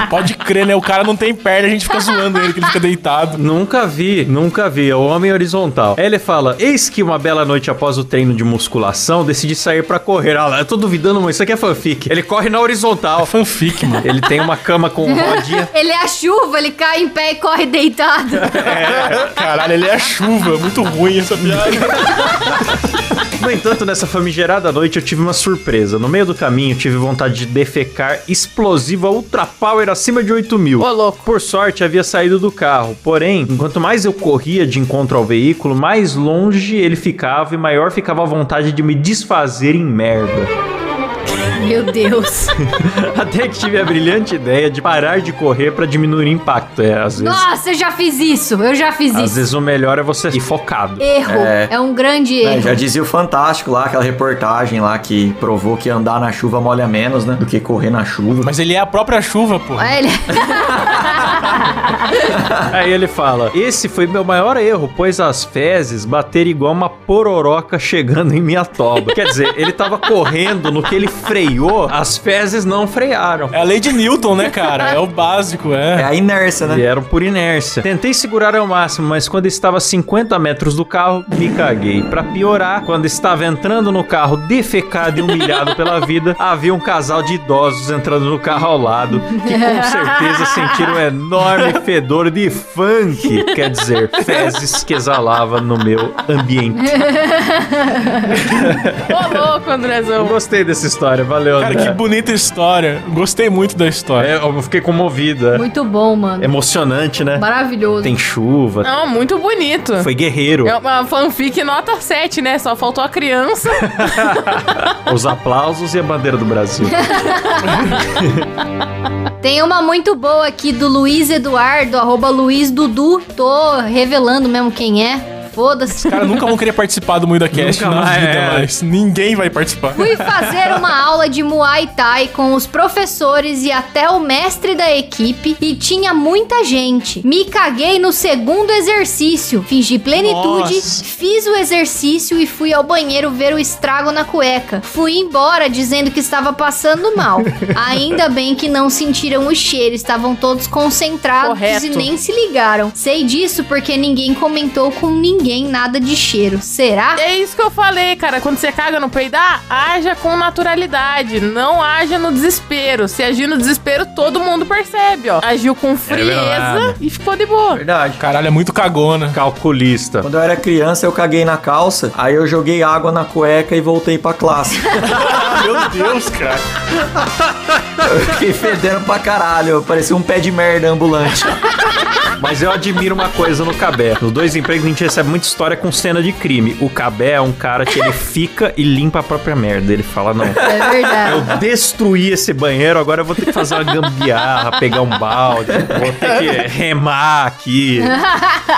Pode crer, né? O cara não tem perna, a gente fica zoando ele, que ele fica deitado.
Nunca vi, nunca vi. É o homem horizontal. Aí ele fala: Eis que uma bela noite após o treino de musculação, decidi sair pra correr. Ah lá, eu tô duvidando, mas isso aqui é fanfic. Ele corre na horizontal.
É Fanfic, mano.
Ele tem uma cama com rodinha.
Ele é a chuva, ele cai em pé e corre deitado.
Caralho, ele é chuva. Muito ruim essa piada.
No entanto, nessa famigerada noite eu tive uma surpresa. No meio do caminho, tive vontade de defecar explosiva ultra power acima de 8 mil.
Ô, louco.
Por sorte, havia saído do carro. Porém, enquanto mais eu corria de encontro ao veículo, mais longe ele ficava e maior ficava a vontade de me desfazer em merda.
Meu Deus.
Até que tive a brilhante ideia de parar de correr pra diminuir o impacto. É, às vezes.
Nossa, eu já fiz isso, eu já fiz
Às
isso.
vezes o melhor é você ir focado.
Erro. É...
É.
um grande
É,
erro.
já dizia o Fantástico lá, aquela reportagem lá que provou que andar na chuva molha menos, né? Do que correr na chuva.
Mas ele é a própria chuva, pô.
Olha, ele-
Aí ele fala: Esse foi meu maior erro, pois as fezes bateram igual uma pororoca chegando em minha toba. Quer dizer, ele tava correndo, no que ele freou, as fezes não frearam.
É a lei de Newton, né, cara? É o básico,
É
é.
a inércia, né?
Vieram por inércia. Tentei segurar ao máximo, mas quando estava a 50 metros do carro, me caguei. Pra piorar, quando estava entrando no carro, defecado e humilhado pela vida, havia um casal de idosos entrando no carro ao lado, que com certeza sentiram um enorme fedor de funk, quer dizer, fezes que exalava no meu ambiente.
Ô, louco,
Eu
Andrezão.
gostei dessa história, valeu,
Cara, que
André.
bonita história. Gostei muito da história.
É, eu fiquei comovida.
muito bom, mano.
Emocionante, né?
Maravilhoso. Ah.
Tem chuva,
Não, muito bonito.
foi guerreiro.
É uma fanfic nota 7, né? Só faltou a criança.
Os aplausos e a bandeira do Brasil.
Tem uma muito boa aqui do Luiz Eduardo, arroba Luiz Dudu. Tô revelando mesmo quem é. Foda-se.
Cara, nunca vão querer participar do Muida Cast
Nunca
na
mais,
vida,
é.
mas ninguém vai participar.
Fui fazer uma aula de Muay Thai com os professores e até o mestre da equipe e tinha muita gente. Me caguei no segundo exercício, fingi plenitude,
Nossa.
fiz o exercício e fui ao banheiro ver o estrago na cueca. Fui embora dizendo que estava passando mal. Ainda bem que não sentiram o cheiro, estavam todos concentrados
Correto.
e nem se ligaram. Sei disso porque ninguém comentou com ninguém nada de cheiro. Será?
É isso que eu falei, cara. Quando você caga no peidar, haja com naturalidade. Não haja no desespero. Se agir no desespero, todo mundo percebe, ó. Agiu com frieza
verdade.
e ficou de boa.
Verdade.
Caralho, é muito cagona.
Calculista.
Quando eu era criança, eu caguei na calça, aí eu joguei água na cueca e voltei pra classe.
Ah, Meu Deus, cara.
Eu fiquei fedendo pra caralho, eu parecia um pé de merda ambulante.
Mas eu admiro uma coisa no Cabé. Nos dois empregos a gente recebe muita história com cena de crime. O Cabé é um cara que ele fica e limpa a própria merda. Ele fala, não.
É verdade.
Eu destruí esse banheiro, agora eu vou ter que fazer uma gambiarra, pegar um balde, vou ter que remar aqui.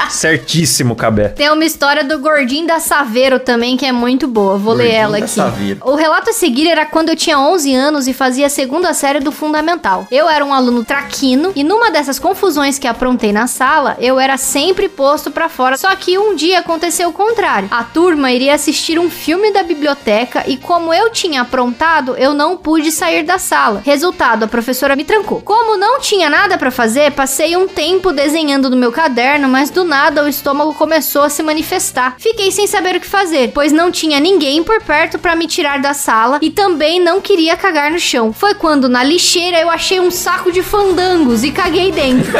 Certíssimo, Cabé.
Tem uma história do Gordinho da Saveiro também, que é muito boa. Vou ler
Gordinho
ela
da
aqui.
Saveiro.
O relato a seguir era quando eu tinha 11 anos e fazia a segunda série do Fundamental. Eu era um aluno traquino e numa dessas confusões que aprontei na sala, eu era sempre posto pra fora. Só que um dia aconteceu o contrário. A turma iria assistir um filme da biblioteca e como eu tinha aprontado, eu não pude sair da sala. Resultado, a professora me trancou. Como não tinha nada pra fazer, passei um tempo desenhando no meu caderno, mas do nada o estômago começou a se manifestar. Fiquei sem saber o que fazer, pois não tinha ninguém por perto pra me tirar da sala e também não queria cagar no chão. Foi quando na lixeira eu achei um saco de fandangos e caguei dentro.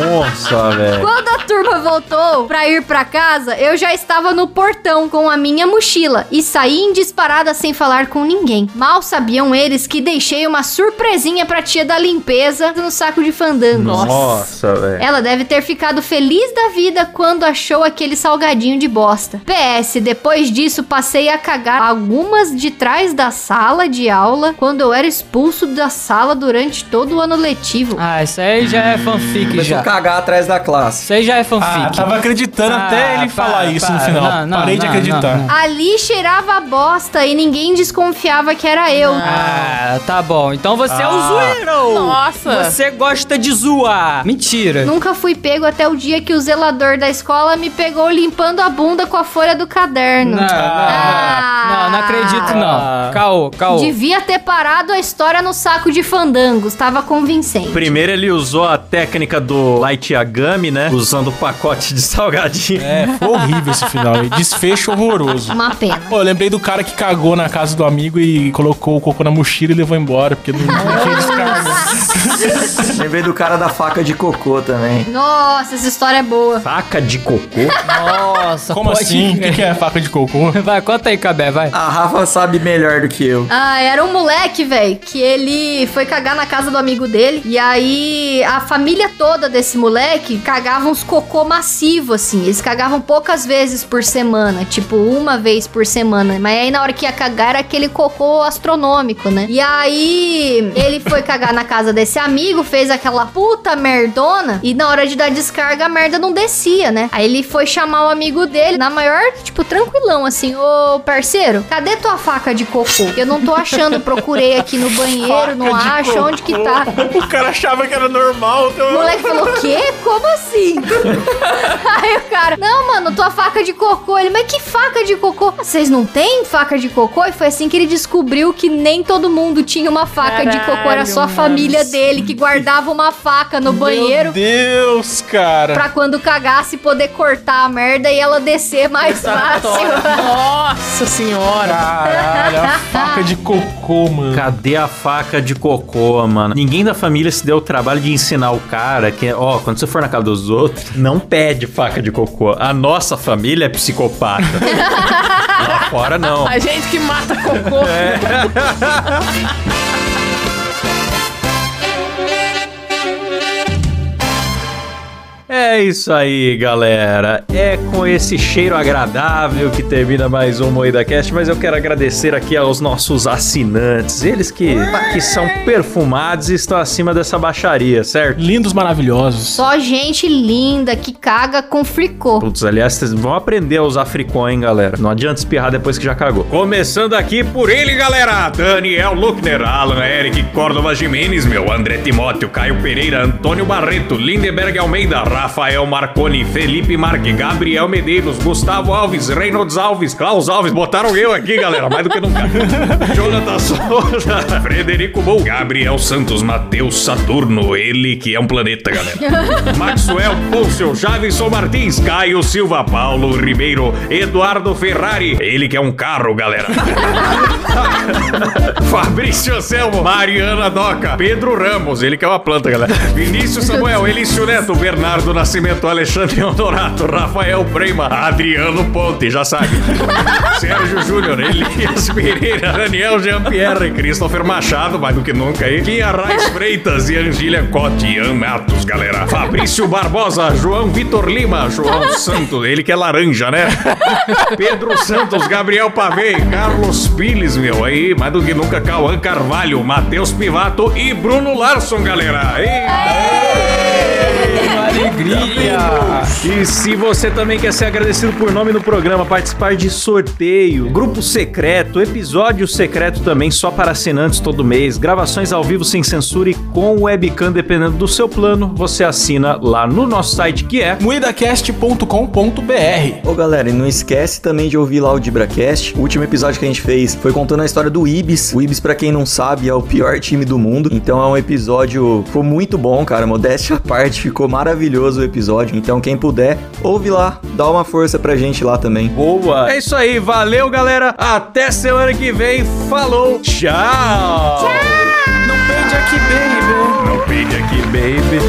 Nossa, velho.
Quando a turma voltou pra ir pra casa, eu já estava no portão com a minha mochila e saí em disparada sem falar com ninguém. Mal sabiam eles que deixei uma surpresinha pra tia da limpeza no saco de fandango.
Nossa, velho.
Ela deve ter ficado feliz da vida quando achou aquele salgadinho de bosta. PS, depois disso passei a cagar algumas de trás da sala de aula quando eu era expulso da sala durante todo o ano letivo.
Ah, isso aí já é fanfic
Começou
já.
a cagar atrás da classe.
Isso aí já é fanfic.
Ah, tava acreditando
Ah,
até ele
para,
falar isso no
para.
final.
Não, não,
Parei de
não,
acreditar.
não, não.
Ali cheirava a bosta e ninguém desconfiava que era eu.
Ah, tá bom. Então você é
Ah.
um zoeiro.
Nossa.
Você gosta de zoar. Mentira.
Nunca fui pego até o dia que o zelador da escola me pegou limpando a bunda com a folha do caderno. Ah.
Não, não, não, não, não
Ah.
acredito não. Caô, caô.
Devia ter parado a história no saco de fandangos, tava convincente.
Primeiro ele usou a técnica do Light Yagami, né? Usando o pacote de salgadinho.
É, foi horrível esse final. hein? Desfecho horroroso.
Uma pena.
Pô, eu lembrei do cara que cagou na casa do amigo e colocou o cocô na mochila e levou embora, porque não não tinha descarga.
Lembrei do cara da faca de cocô também.
Nossa, essa história é boa.
Faca de cocô?
Nossa,
Como
pode
assim? O que,
crer.
que é faca de cocô?
Vai, conta aí, Cabé, vai.
A Rafa sabe melhor do que eu.
Ah, era um moleque, velho, que ele foi cagar na casa do amigo dele. E aí a família toda desse moleque cagava uns cocô massivo, assim. Eles cagavam poucas vezes por semana, tipo uma vez por semana. Mas aí na hora que ia cagar era aquele cocô astronômico, né? E aí ele foi cagar na casa desse amigo, fez aquela puta merdona. E na hora de dar descarga, a merda não descia, né? Aí ele foi chamar o amigo dele, na maior, tipo, tranquilão, assim: Ô parceiro, cadê tua faca de cocô? Eu não tô achando, procurei aqui no banheiro, não acho, onde que tá?
O cara achava que era normal,
O
então...
moleque falou, quê? Como assim? Aí o cara, não, mano, tua faca de cocô. Ele, mas que faca de cocô? "Ah, Vocês não têm faca de cocô? E foi assim que ele descobriu que nem todo mundo tinha uma faca de cocô. Era só a
Caralho,
família dele que guardava uma faca no
Meu
banheiro
Deus, cara.
pra quando cagasse poder cortar a merda e ela descer mais fácil.
é Nossa senhora.
Caralho, a faca de cocô, mano.
Cadê a faca de cocô, mano? Ninguém da família se deu o trabalho de ensinar o cara que, é, ó, quando você for na casa dos outros, não pede faca de cocô. A nossa família é psicopata. Lá fora não.
A gente que mata cocô.
É isso aí, galera. É com esse cheiro agradável que termina mais um Moída Cast, mas eu quero agradecer aqui aos nossos assinantes, eles que, que são perfumados e estão acima dessa baixaria, certo?
Lindos, maravilhosos.
Só gente linda que caga com fricô.
Putz, aliás, vocês vão aprender a usar fricô, hein, galera? Não adianta espirrar depois que já cagou. Começando aqui por ele, galera! Daniel Luckner, Alan Eric Córdova Jimenez, meu André Timóteo, Caio Pereira, Antônio Barreto, Lindeberg Almeida, Rafael Marconi, Felipe Marque, Gabriel Medeiros, Gustavo Alves, Reynolds Alves, Klaus Alves, botaram eu aqui, galera, mais do que nunca. Jonathan Souza, Frederico Bull, Gabriel Santos, Matheus Saturno, ele que é um planeta, galera. Maxwell Pôncio, Javison Martins, Caio Silva, Paulo Ribeiro, Eduardo Ferrari, ele que é um carro, galera. Fabrício Anselmo, Mariana Doca, Pedro Ramos, ele que é uma planta, galera. Vinícius Samuel, Elício Neto, Bernardo Nascimento, Alexandre Honorato, Rafael Prema, Adriano Ponte, já sabe. Sérgio Júnior, Elias Pereira, Daniel Jean-Pierre, Christopher Machado, mais do que nunca aí. Kia Raiz Freitas e Angília Cote, Ian Matos, galera. Fabrício Barbosa, João Vitor Lima, João Santos, ele que é laranja, né? Pedro Santos, Gabriel Pavei, Carlos Pires, meu, aí, mais do que nunca, Cauã Carvalho, Matheus Pivato e Bruno Larson, galera. Eita! E se você também quer ser agradecido por nome no programa, participar de sorteio, grupo secreto, episódio secreto também só para assinantes todo mês, gravações ao vivo sem censura e com webcam dependendo do seu plano, você assina lá no nosso site que é
Muidacast.com.br
Ô galera, e não esquece também de ouvir lá o DibraCast. O último episódio que a gente fez foi contando a história do Ibis. O Ibis, pra quem não sabe, é o pior time do mundo. Então é um episódio. Foi muito bom, cara. Modéstia à parte, ficou maravilhoso o episódio. Então quem puder, ouve lá, dá uma força pra gente lá também.
boa. É isso aí, valeu galera, até semana que vem, falou, tchau! Não pende aqui, baby! Não pende aqui, baby!